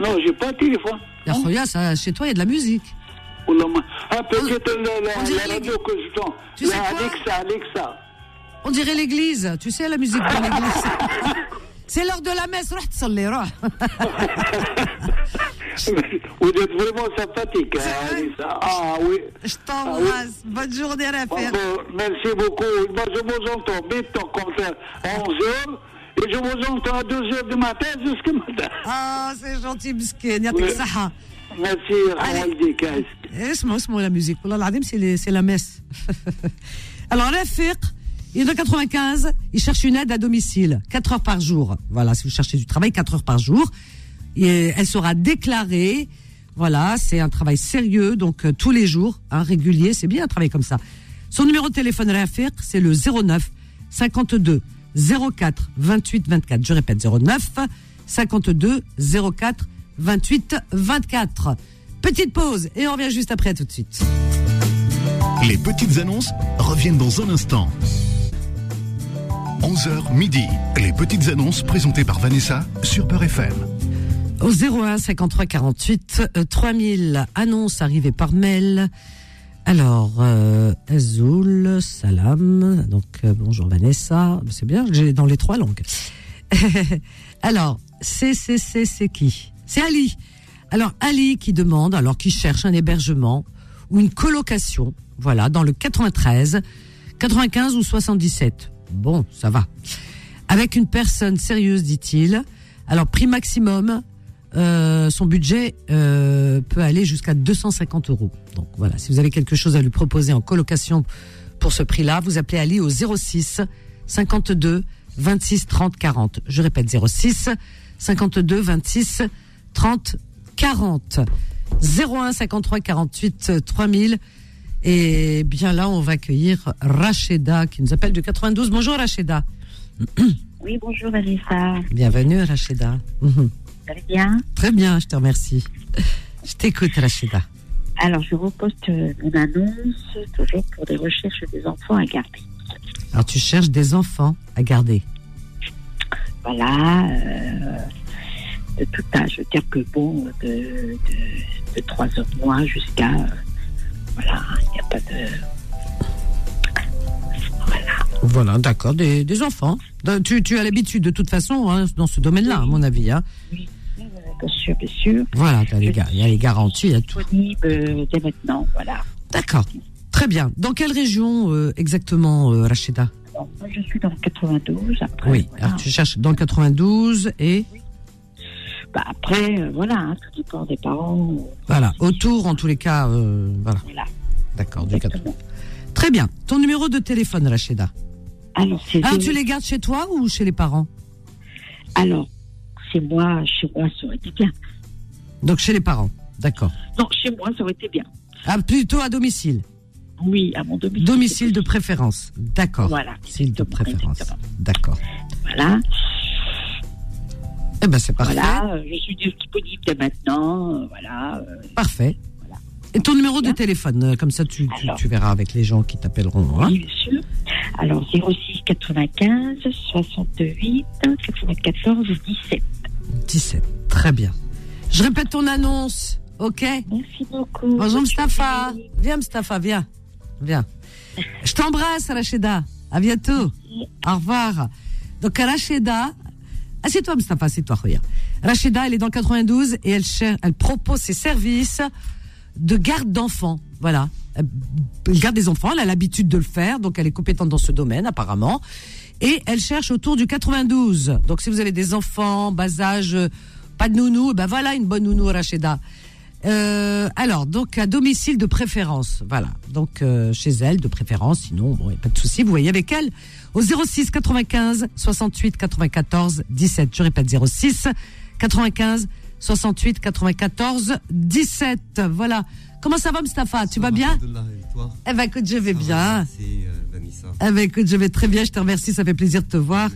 J: Non, j'ai pas de téléphone. Hein
B: Y'a Roya, ça, chez toi, il y a de la musique.
J: Oh là, moi. Ah, peut-être la, la-
B: on dirait
J: la radio que je sens.
B: Tu
J: la
B: sais quoi
J: Alexa, Alexa.
B: On dirait l'église. Tu sais, la musique pour l'église. C'est l'heure de la messe. Roh, tsalli, roh.
J: Vous êtes vraiment sympathique, hein, Alexa. Ah oui. Ah
B: Je t'embrasse. Bonne journée, Raphaël.
J: merci beaucoup. Moi, je vous entends maintenant, comme ça, à 11 h Et je vous entends à 2 h du matin jusqu'à matin.
B: Ah, c'est gentil, Biskin. Yatik
J: Oui.
B: saha.
J: Merci, Ramaldi Kaïs.
B: اسمعوا اسمعوا لا ميوزيك والله العظيم سي لي- سي لا ميس Alors Rafiq, il est dans 95, il cherche une aide à domicile, 4 heures par jour. Voilà, si vous cherchez du travail, 4 heures par jour. Et elle sera déclarée. Voilà, c'est un travail sérieux, donc euh, tous les jours, hein, régulier, c'est bien un travail comme ça. Son numéro de téléphone Rafiq, c'est le 09 52 04 28 24. Je répète, 09 52 04 28 24. Petite pause et on revient juste après, à tout de suite.
A: Les petites annonces reviennent dans un instant. 11h midi, les petites annonces présentées par Vanessa sur Peur FM.
B: Au 01 53 48 euh, 3000 annonces arrivées par mail. Alors, euh, Azoul, salam. Donc, euh, bonjour Vanessa. C'est bien, j'ai dans les trois langues. alors, c'est, c'est, c'est, c'est qui C'est Ali. Alors, Ali qui demande, alors qui cherche un hébergement ou une colocation, voilà, dans le 93, 95 ou 77. Bon, ça va. Avec une personne sérieuse, dit-il. Alors, prix maximum, euh, son budget euh, peut aller jusqu'à 250 euros. Donc voilà, si vous avez quelque chose à lui proposer en colocation pour ce prix-là, vous appelez Ali au 06 52 26 30 40. Je répète 06 52 26 30 40. 01 53 48 3000. Et bien là, on va accueillir Racheda qui nous appelle de 92. Bonjour Racheda.
K: Oui, bonjour Vanessa.
B: Bienvenue Racheda.
K: Vous allez bien
B: Très bien, je te remercie. Je t'écoute Rachida.
K: Alors, je reposte euh, une annonce, toujours pour des recherches des enfants à garder.
B: Alors tu cherches des enfants à garder.
K: Voilà, euh, de tout âge. Je veux dire que bon, de, de, de 3 heures de mois jusqu'à. euh, voilà, il n'y a pas de.
B: Voilà, d'accord, des, des enfants. De- Tu, tu as l'habitude de toute façon hein, dans ce domaine-là, à mon avis. Hein.
K: Bien sûr, bien sûr.
B: Voilà, t'as les gar- il y a les garanties, il y a tout.
K: Disponible euh, dès maintenant, voilà.
B: D'accord, très bien. Dans quelle région euh, exactement, euh, Rachida
K: Alors, moi, je suis dans le 92. Après,
B: Oui,
K: voilà.
B: alors tu cherches dans le 92 et
K: Bah, après, euh, voilà, hein, tout dépend des parents. euh,
B: voilà, autour en tous les cas. euh, voilà. D'accord, du 92. Très bien. Ton numéro de téléphone, Rachida
K: Alors, c'est
B: Alors,
K: zéro-
B: tu les gardes chez toi ou chez les parents
K: Alors, c'est moi, chez moi, ça aurait été bien.
B: Donc chez les parents, d'accord.
K: Non, chez moi, ça aurait été bien.
B: Ah, plutôt à domicile
K: Oui, à mon domicile.
B: Domicile de préférence, d'accord.
K: Voilà,
B: Domicile de préférence, d'accord.
K: Voilà.
B: Eh ben c'est parfait.
K: Voilà, euh, je suis disponible dès maintenant. euh, voilà. euh,
B: Parfait. Et ton numéro de téléphone, euh, comme ça tu, tu- tu verras avec les gens qui t'appelleront. hein.
K: oui, bien sûr. Alors, 06 95 68 94 17.
B: 17, très bien. Je répète ton annonce, ok
K: Merci beaucoup.
B: Bonjour
K: Bonne
B: Mustapha. Viens Mustapha, viens. Viens. Je t'embrasse Rachida. À bientôt. Au revoir. Donc Rachida, assieds-toi Mustapha, assieds-toi Khoya. Rachida, elle est dans le 92 et elle, cher- elle propose ses services de garde d'enfants. Voilà. Elle garde des enfants, elle a l'habitude de le faire, donc elle est compétente dans ce domaine apparemment. Et elle cherche autour du 92. Donc si vous avez des enfants, bas âge, euh, pas de nounou, ben voilà une bonne nounou Rachida. Euh, alors, donc à domicile de préférence, voilà. Donc euh, chez elle de préférence, sinon bon, y a pas de souci. Vous voyez avec elle au 06 95 68 94 17. Je répète 06 95 68 94 17. Voilà. Comment ça va, Mustapha Tu vas bien Eh ben écoute, je vais bien.
L: Merci euh, Vanessa.
B: Eh ben écoute, je vais très bien. Je te remercie. Ça fait plaisir de te voir.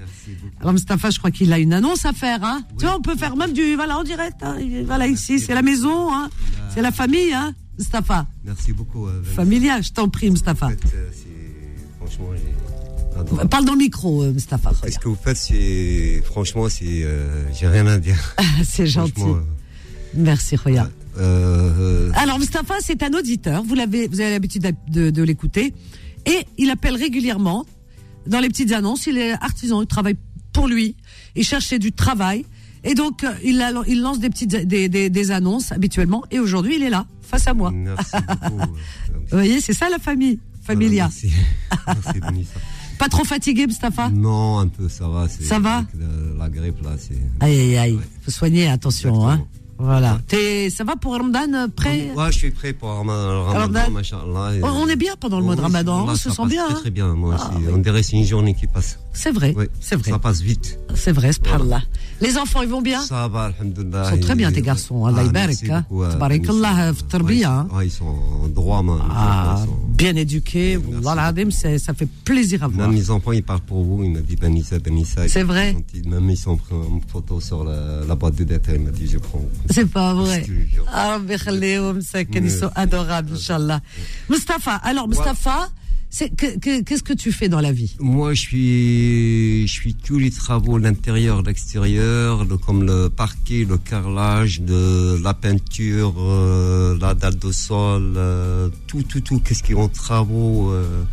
B: Alors Mustapha, je crois qu'il a une annonce à faire. Hein Tu vois, on peut faire même du voilà en direct. hein. Voilà ici, c'est la maison. Hein c'est la famille, hein, Mustapha.
L: Merci beaucoup. euh, Vanessa.
B: Familia, je t'en prie, Mustapha.
L: Euh, c'est- Franchement, j'ai adoré.
B: Parle dans le micro, euh, Mustapha.
L: Ce que vous faites, c'est. Franchement, c'est. euh, J'ai rien à dire.
B: Ah, c'est gentil.
L: Franchement,
B: Merci, Roya.
L: euh, euh,
B: Alors, Mustapha, c'est un auditeur. Vous, l'avez, vous avez l'habitude d'hab- de, de l'écouter. Et il appelle régulièrement dans les petites annonces. Il est artisan, il travaille pour lui. Il cherchait du travail. Et donc, euh, il, a- il lance des petites des, des- des annonces habituellement. Et aujourd'hui, il est là, face à moi. Vous voyez, c'est ça la famille, familia.
L: c'est Vanessa.
B: Pas trop fatigué, Mustapha
L: Non, un peu, ça va. ah, c'est-
B: Ça va
L: avec euh, la, la grippe, là, c'est.
B: Aïe, aïe, aïe. Faut soigner, attention. Hein. Voilà. T'es- ça va pour Ramadan euh, prêt
L: Ouais, je suis prêt pour Ram-
B: Dan-
L: Ramadan, machallah. et-
B: Ah, bah. Oh,
L: Oh,
B: On- On est bien pendant le mois de
L: Oui,
B: Ramadan,
L: là,
B: on se
L: ça
B: sent
L: passe
B: bien.
L: Très,
B: hein.
L: très bien, moi aussi. On dirait que c'est une journée qui passe.
B: C'est vrai,
L: c'est vrai. Ça passe vite.
B: C'est vrai, subhanallah. Les enfants, ils vont bien
L: Ça va, alhamdoulilah.
B: Ils sont très bien, tes garçons. Allah
L: Ah,
B: ybarak,
L: merci
B: hein.
L: beaucoup, euh,
B: Tabarakallah, fi tarbiya, hein.
L: Ouais, Ah, ils sont en droit, main.
B: Ah, bien éduqués. Wallah l'adhim, c'est- ça fait plaisir à voir.
L: Même mes enfants, ils parlent pour vous. Ils ben, m'ont dit Benissa, Benissa.
B: C'est vrai.
L: Ils sont gentils. Même ils sont pris en photo sur la, la boîte de lettres. Ils m'ont dit Je prends.
B: C'est pas vrai.
L: Je te jure.
B: Ah, Rabbi khalihum, c'est qu'ils
L: Merci.
B: sont adorables, Inch'Allah. Mustapha, alors, Mustapha, c'est- que- que- qu'est-ce que tu fais dans la vie
L: Moi, je suis, je suis tous les travaux, l'intérieur, l'extérieur, le- comme le parquet, le carrelage, de la peinture, euh, la dalle de sol, euh, tout, tout, tout. Qu'est-ce qui est en travaux, euh,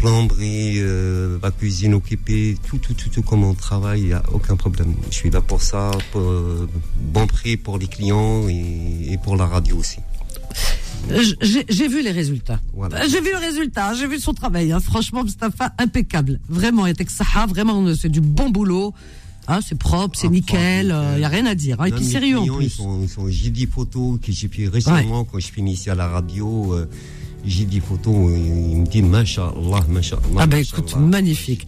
L: plomberie, euh, la cuisine occupée, tout, tout, tout, tout, comme on travaille, il n'y a aucun problème. Je suis là pour ça, pour, euh, bon prix pour les clients et, et pour la radio aussi.
B: J- J'ai j'ai vu les résultats.
L: Voilà.
B: J'ai vu le résultat, j'ai vu son travail. hein. Franchement, Mustapha, impeccable. Vraiment, et Saha, vraiment, c'est du bon boulot. Hein, c'est propre,
L: Ah,
B: c'est nickel, il n'y a rien à dire. hein. Et
L: Même
B: puis
L: les
B: sérieux en
L: Euh, clients, Ils
B: plus.
L: sont, ils sont- j'ai des photos que j'ai prises récemment quand je finissais à la radio. euh, j'ai des photos, euh, ils me disent Masha'Allah, Masha'Allah.
B: Ah ben
L: Masha'Allah.
B: écoute, magnifique.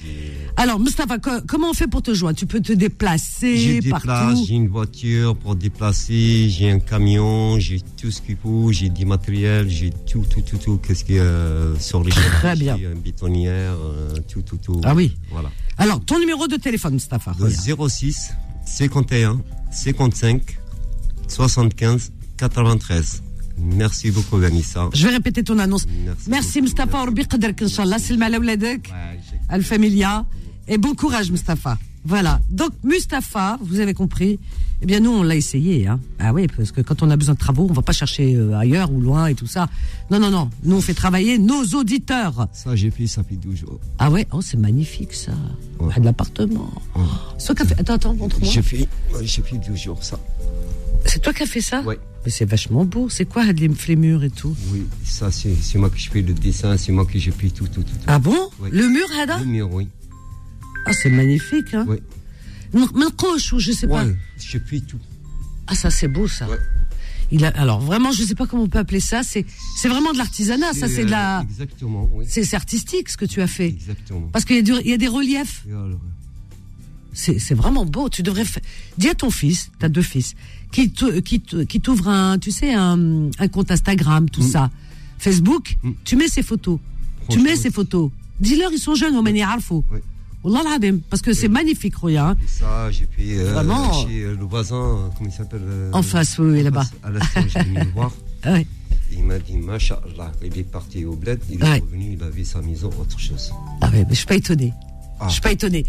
B: Alors, Mustapha, co- comment on fait pour te joindre Tu peux te déplacer
L: J'ai des places,
B: partout
L: j'ai une voiture pour déplacer, j'ai un camion, j'ai tout ce qu'il faut, j'ai du matériel, j'ai tout, tout, tout, tout. Qu'est-ce qu'il y a euh, sur les Très bien. Une bétonnière, euh, tout, tout, tout.
B: Ah oui.
L: Voilà.
B: Alors, ton numéro de téléphone, Mustapha.
L: Le 06 51 55 75 93. Merci beaucoup, Vanessa.
B: Je vais répéter ton annonce.
L: Merci,
B: Mustapha, Orbi Qadark, Inch'Allah. C'est le mal à wladak, al familia. Et bon courage, Mustapha. Voilà. Donc, Mustapha, vous avez compris. Eh bien, nous, on l'a essayé. Hein. Ah oui, parce que quand on a besoin de travaux, on va pas chercher euh, ailleurs ou loin et tout ça. Non, non, non. Nous, on fait travailler nos auditeurs.
L: Ça, j'ai fait, ça fait 12 jours.
B: Ah ouais, oh, c'est magnifique, ça. Ah, De l'appartement. C'est toi qui as fait- Attends, attends, montre-moi.
L: J'ai fait, j'ai fait 12 jours, ça.
B: C'est toi qui as fait ça
L: Oui.
B: Mais c'est vachement beau. C'est quoi, les les murs et tout
L: Oui, ça, c'est c'est moi qui je fais le dessin, c'est moi qui j'ai fait tout, tout, tout.
B: Ah bon Le mur, Hada
L: Le mur, oui.
B: Ah, c'est magnifique, hein
L: Oui.
B: Mon coche, ou je sais pas.
L: Ouais, je fais tout.
B: Ah, ça, c'est beau, ça. Il a, alors, vraiment, je sais pas comment on peut appeler ça. C'est, c'est vraiment de l'artisanat, ça. C'est de
L: euh,
B: la.
L: Exactement, oui.
B: C'est, c'est artistique, ce que tu as fait.
L: Exactement.
B: Parce qu'il y a, du- il y a des reliefs.
L: Et alors, euh,
B: C'est, c'est vraiment beau. Tu devrais. fa- Dis à ton fils, t'as deux fils, qui, te- qui, te- qui t'ouvre un, tu sais, un, un compte Instagram, tout ça. Facebook, tu mets ses photos. Tu mets ses photos. Dis-leur, ils sont jeunes, on manie Arfo. Wallah l'adhim, parce que c'est magnifique, Roya. hein.
L: Et ça, j'ai fait euh,
B: Vraiment.
L: chez euh, le voisin, euh, comment il s'appelle euh,
B: En face, oui, oui, là-bas. Ah
L: À la station, j'ai venu le voir.
B: Ouais.
L: Il m'a dit, Masha'Allah, il est parti au bled, il
B: Ouais.
L: est revenu, il avait sa maison, autre chose.
B: Ah ouais, mais je suis pas étonné. Je suis pas étonné.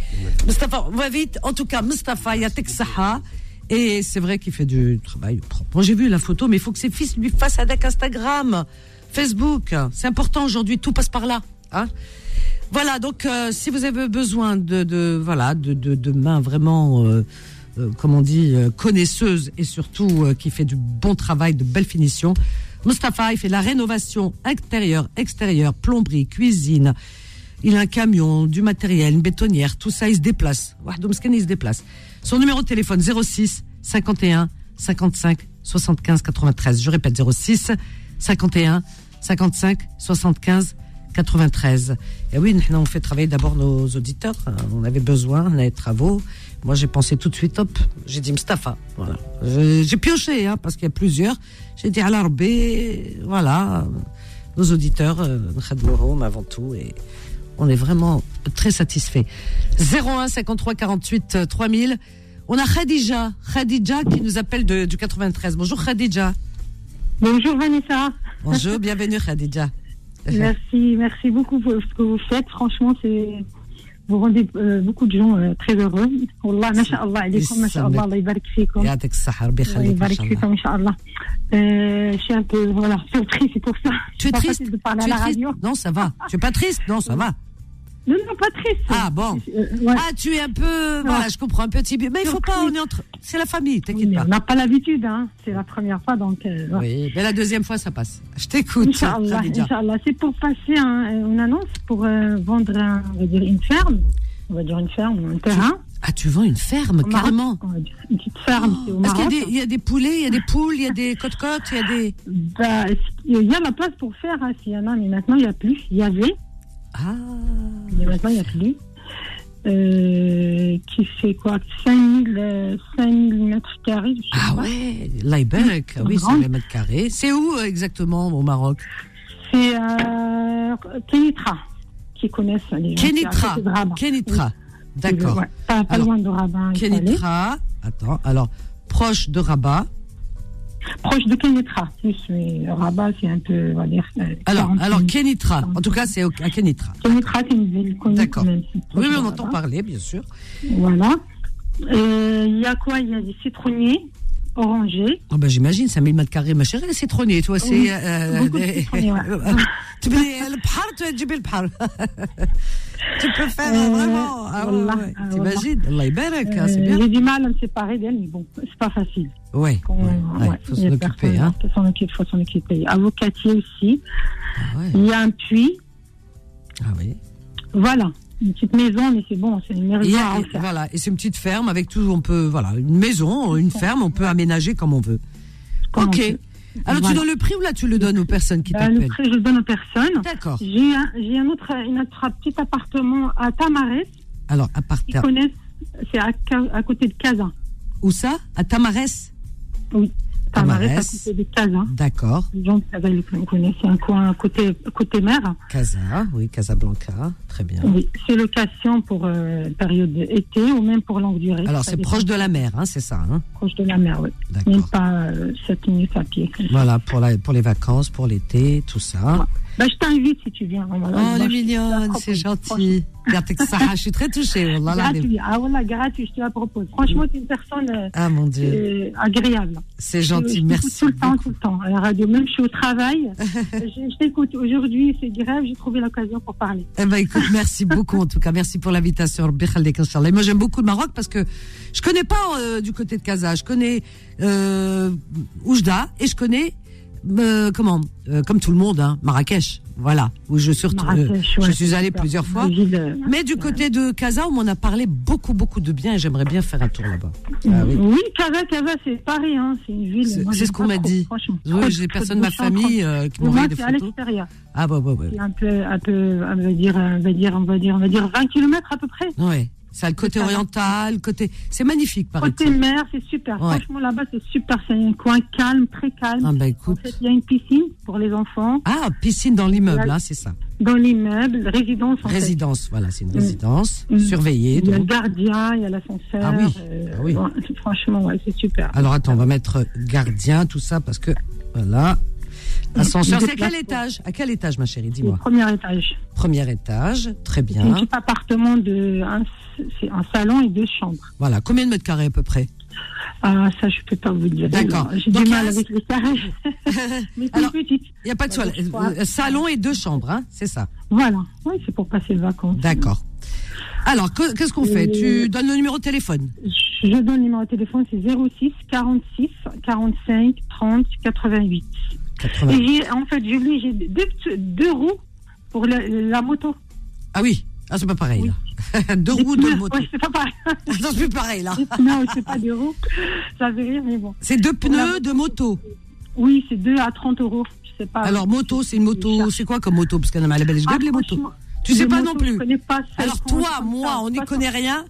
B: Mustapha, on va vite. En tout cas, Mustapha, il y a Texaha. Et c'est vrai qu'il fait du travail propre. Moi, j'ai vu la photo, mais il faut que ses fils lui fassent avec Instagram, Facebook. C'est important aujourd'hui, tout passe par là. Hein voilà, donc euh, si vous avez besoin de, de- voilà de, de, de mains vraiment, euh, euh, comme on dit, euh, connaisseuses et surtout euh, qui fait du bon travail, de belles finitions, Mustapha, il fait la rénovation intérieure, extérieure, plomberie, cuisine. Il a un camion, du matériel, une bétonnière, tout ça, il se déplace. Wahdoum Sken, il se déplace. Son numéro de téléphone, 06 51 55 75 93. Je répète, 06 51 55 75 93. Et Eh oui, nous, on fait travailler d'abord nos auditeurs. Hein, On avait besoin des travaux. Moi, j'ai pensé tout de suite, hop, j'ai dit Mustapha. Voilà. J'ai j'ai pioché, hein, parce qu'il y a plusieurs. J'ai dit Alarbe, voilà. Nos auditeurs, euh, Khadmouhoum avant tout. Et on est vraiment très satisfaits. 01 53 48 3000. euh, On a Khadija, Khadija qui nous appelle de- du 93. Bonjour Khadija.
M: Bonjour Vanessa.
B: Bonjour, bienvenue Khadija. Euh,
M: Merci, merci beaucoup pour ce que vous faites. Franchement, c'est vous rendez euh, beaucoup de gens euh, très heureux. Wallah, masha'Allah, alaykoum, masha'Allah, Allah yabarik fikum.
B: يعطيك الصحة ربي
M: Allah
B: يخليك إن
M: yabarik
B: شاء الله.
M: fikum, Inch'Allah. Euh, je suis un peu voilà, surprise, c'est pour ça.
B: Tu
M: C'est
B: es
M: pas
B: triste
M: facile de parler
B: Tu
M: à la
B: es triste
M: radio.
B: Non, ça va. Tu es pas triste Non, ça va.
M: Non, non, pas triste. euh,
B: Ah bon. Ah, tu es un peu. Voilà, je comprends un petit peu. Mais il faut pas. On est entre. C'est la famille, t'inquiète pas.
M: On n'a pas l'habitude, hein. c'est la première fois. Donc, euh, voilà.
B: Oui, mais la deuxième fois, ça passe. Je t'écoute.
M: Inch'Allah,
B: Khadija.
M: Inch'Allah. C'est pour passer un- une annonce pour euh, vendre un- on va dire une ferme. On va dire une ferme, un terrain.
B: Ah, tu vends une ferme,
M: Au Maroc.
B: carrément
M: On va dire Une petite ferme, c'est au
B: Est-ce qu'il y a
M: Maroc.
B: des- il y, a des poulets, il y a des poules, il y a des côtes-côtes, il y a des.
M: Bah, il y a la place pour faire, hein, s'il y en a, mais maintenant il n'y a plus. Il y avait.
B: Ah.
M: Mais maintenant il n'y a plus. Euh, qui fait quoi 5000 euh, 5000 mètres carrés. je sais
B: Ah
M: pas.
B: ouais, Laibek, ah oui,
M: Grande.
B: c'est les mètres carrés. C'est où euh, exactement au Maroc
M: C'est euh, Kenitra, qui connaissent les gens.
B: Kenitra,
M: C'est à côté de Rabat.
B: Kenitra. D'accord.
M: Ouais, pas pas
B: Alors,
M: loin de Rabat. il faut aller.
B: Kenitra, attends, alors, proche de Rabat.
M: Proche de Kenitra, plus, mais Rabat, c'est un peu, on va dire. euh,
B: Alors,
M: 40
B: alors Kenitra, en tout cas, c'est au- à Kenitra.
M: Kenitra, c'est une ville connue.
B: D'accord.
M: quand même, c'est
B: Oui,
M: proche
B: oui,
M: de
B: on entend
M: Rabat.
B: parler, bien sûr.
M: Voilà. Euh, Il y a quoi Il y a des citronniers, orangés.
B: Oh ben j'imagine, 5000 mètres carrés, ma chérie, les citronniers, toi, c'est...
M: Oui,
B: euh,
M: beaucoup de
B: des-
M: citronniers, ouais. Ah,
B: Tu peux aller- le phare, tu as du bel phare. Tu peux faire euh, vraiment... Ah, ouais,
M: Wallah,
B: ouais.
M: ah,
B: T'imagines Allah ybarak, hein, c'est
M: Euh,
B: bien.
M: J'ai du mal à me séparer d'elle, mais bon, c'est pas facile. Euh,
B: Ouais,
M: Il
B: ouais, faut s'en occuper, hein.
M: Faut s'en occuper, faut s'en occuper. Avocatier aussi. Il y a un puits.
B: Ah oui.
M: Voilà. Une petite maison, mais c'est bon, Euh, c'est une
B: Il y
M: maison
B: a-
M: à
B: et-
M: refaire.
B: voilà, et c'est une petite ferme avec tout, on peut, voilà, une maison, une ferme, on peut aménager comme on veut.
M: Comme on
B: ok.
M: veut.
B: Alors tu
M: Voilà.
B: donnes le prix ou là tu le donnes aux personnes qui
M: Euh, le
B: t'appellent
M: prix, je le donne aux personnes.
B: D'accord.
M: J'ai un, j'ai un autre, une autre petit appartement à Tamares.
B: Alors, à part
M: Ils
B: ta-
M: connaissent, c'est à, Ca- à côté de Casa.
B: Où ça À Tamarès
M: Oui, Tamares, à
B: Tamarès.
M: côté de Casa.
B: D'accord.
M: Les gens de Casa, ils le connaissent. C'est un coin côté, côté mer.
B: Casa, oui, Casablanca, très bien.
M: Oui, c'est location pour euh, période été ou même pour longue durée.
B: Alors,
M: Ça
B: c'est
M: dépend.
B: proche de la mer, hein, c'est ça hein
M: Proche de la mer, oui. Même pas euh, 7 minutes à pied.
B: Voilà, pour, la, pour les vacances, pour l'été, tout ça.
M: Bah, je t'invite si tu viens. Voilà.
B: Oh, elle
M: Bah,
B: est
M: je-
B: mignonne, c'est gentil. Regarde, que ça, je suis très touchée. oh wallah, l'azim.
M: gratuit. Ah, voilà, gratuit, je te la propose. Franchement, t'es une personne euh,
B: Ah, mon Dieu.
M: euh, agréable.
B: C'est
M: Je-
B: gentil,
M: je t'écoute
B: merci
M: Tout le temps, tout le temps, à la radio. Même je suis au travail. je je t'écoute. Aujourd'hui, c'est grave, j'ai trouvé l'occasion pour parler.
B: Eh ben, écoute, merci beaucoup en tout cas. Merci pour l'invitation. Rabbi Khalik, Inch'Allah. Et Moi, j'aime beaucoup le Maroc parce que je connais pas euh, du côté de Casa. Je connais euh, Oujda et je connais euh, comment, euh, comme tout le monde, hein, Marrakech. Voilà, où je suis, retour-
M: Marrakech,
B: euh, je
M: ouais,
B: suis allée
M: super.
B: plusieurs fois.
M: Une ville, euh,
B: Mais du côté de Casa, on m'en a parlé beaucoup, beaucoup de bien et j'aimerais bien faire un tour là-bas. Ah oui.
M: Oui, Casa, Casa, c'est Paris, hein. c'est une ville.
B: C'est-
M: Moi,
B: c'est
M: j'aime
B: ce qu'on
M: pas
B: m'a
M: trop,
B: dit.
M: Franchement.
B: Oui,
M: Trop de-
B: j'ai
M: trop
B: des
M: de
B: personnes de ma
M: bouchons,
B: famille,
M: trop de-
B: euh, qui
M: Pour
B: m'envoyaient
M: moi,
B: des
M: c'est à
B: photos.
M: l'extérieur.
B: Ah, ouais, ouais, ouais.
M: C'est un peu, un peu, on va dire, euh, on va dire, on va dire, on va dire 20 km à peu près. hein.
B: Ouais. Ça, le côté oriental, le côté. C'est magnifique, paris
M: Côté mer, c'est super.
B: Ouais.
M: Franchement, là-bas, c'est super. C'est un coin calme, très calme.
B: Ah, bah, écoute.
M: En fait, il y a une piscine pour les enfants
B: Ah, piscine dans l'immeuble,
M: Là-
B: hein, c'est ça.
M: dans l'immeuble, résidence. En fait.
B: Résidence, voilà, c'est une
M: Mm.
B: résidence surveillée.
M: Il y a le
B: donc.
M: gardien, il y a l'ascenseur.
B: Ah oui,
M: euh,
B: ah oui.
M: ouais, c'est- franchement, ouais, c'est super.
B: Alors attends, on va mettre gardien, tout ça, parce que voilà. Ascenseur,
M: Il
B: c'est à quel
M: déplace-
B: étage À quel étage, ma chérie
M: Le
B: Dis-moi.
M: premier étage.
B: Premier étage, très
M: C'est un
B: bien.
M: petit appartement de un, c'est un salon et deux chambres.
B: Voilà, combien de mètres carrés à peu près
M: Ah, ça, je peux pas vous dire.
B: D'accord.
M: J'ai du
B: Donc,
M: mal
B: il y a-
M: avec les carrés. Mais c'est
B: Alors,
M: petite.
B: Il n'y a pas de
M: Voilà,
B: toilette.
M: je crois.
B: Euh, Salon et deux chambres, hein, c'est ça.
M: Voilà. Oui, c'est pour passer les vacances.
B: D'accord. Alors, que- qu'est-ce qu'on fait
M: Euh,
B: Tu donnes le numéro de téléphone
M: Je donne le numéro de téléphone, c'est 06 46 45 30 88.
B: 80.
M: Et j'ai- en fait, j'ai oublié, j'ai deux, petits- deux roues pour le- la moto.
B: Ah oui, ah, c'est pas pareil. là. deux roues, deux
M: pneus,
B: motos.
M: ouais, c'est pas pareil.
B: Non, c'est plus pareil, là.
M: Non, c'est pas deux roues. Ça fait rire, mais bon.
B: C'est deux pneus, deux motos.
M: Oui, c'est deux à 30 euros. Je sais pas.
B: Alors, moto, c'est une moto. C'est quoi comme moto Parce qu'elle a la belle, je
M: Ah,
B: garde les motos.
M: franchement,
B: Tu sais
M: les
B: pas
M: motos,
B: non plus.
M: je connais pas celles
B: Alors,
M: qu'on-
B: toi, moi, on n'y connaît rien.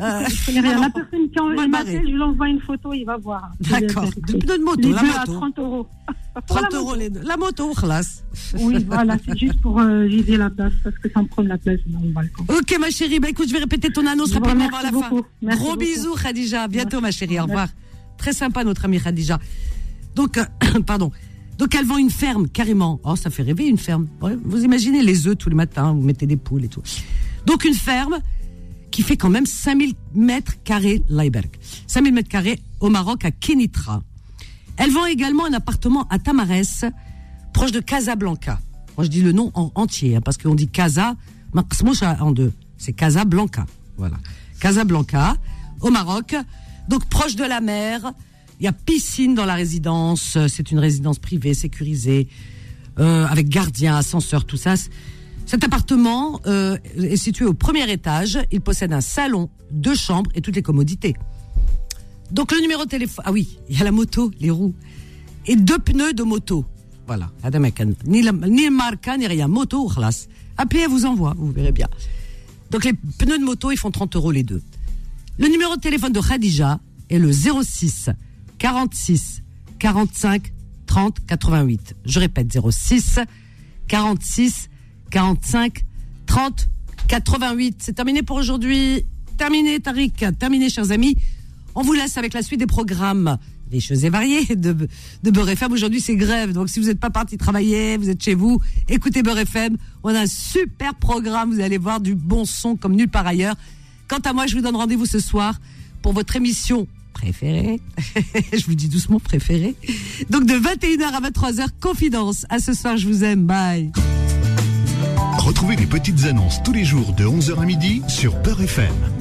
B: Euh,
M: Je connais rien. La personne qui en-
B: mal
M: il
B: barré.
M: m'appelle, je lui envoie une photo, il va voir.
B: D'accord. Deux pneus de moto,
M: Les
B: la
M: deux à
B: moto.
M: 30 euros.
B: 30 euros les deux. La moto, oh classe.
M: Oui, voilà, c'est juste pour euh, vider la place parce que ça me prend de la place dans le balcon.
B: Ok, ma chérie, bah écoute, je vais répéter ton annonce
M: Je vous
B: rapidement avant
M: remercie
B: la
M: beaucoup.
B: fin.
M: Merci
B: Gros
M: beaucoup.
B: bisous, Khadija. À bientôt, ma chérie. Au revoir. Très sympa, notre amie Khadija. Donc, euh, pardon. Donc, elle vend une ferme, carrément. Oh, ça fait rêver, une ferme. Ouais, vous imaginez les œufs tous les matins, vous mettez des poules et tout. Donc, une ferme qui fait quand même 5000 mètres carrés, Leiberg. 5000 mètres carrés au Maroc, à Kenitra. Elle vend également un appartement à Tamares, proche de Casablanca. Moi, je dis le nom en entier, hein, parce qu'on dit Casa, ma qsmouche en deux. C'est Casablanca. Voilà. Casablanca, au Maroc. Donc, proche de la mer. Il y a piscine dans la résidence. C'est une résidence privée, sécurisée, euh, avec gardien, ascenseur, tout ça. Cet appartement euh, est situé au premier étage. Il possède un salon, deux chambres et toutes les commodités. Donc le numéro de téléphone. Ah oui, il y a la moto, les roues. Et deux pneus de moto. Voilà. Adam Akan. Ni, la- ni marca, ni rien. Moto ou khlas. Appelez, elle vous envoie, vous verrez bien. Donc les pneus de moto, ils font 30 euros les deux. Le numéro de téléphone de Khadija est le 06 46 45 30 88. Je répète, 06 46 45 30 88. C'est terminé pour aujourd'hui. Terminé, Tariq. Terminé, chers amis. On vous laisse avec la suite des programmes. Les choses et variées de, de Beurre FM. Aujourd'hui, c'est grève. Donc, si vous n'êtes pas parti travailler, vous êtes chez vous, écoutez Beurre FM. On a un super programme. Vous allez voir du bon son comme nulle part ailleurs. Quant à moi, je vous donne rendez-vous ce soir pour votre émission préférée. Eh, je vous le dis doucement, préférée. Donc, de 21h à 23h, confidence. À ce soir, je vous aime. Bye.
A: Retrouvez les petites annonces tous les jours de 11h à midi sur Peur FM.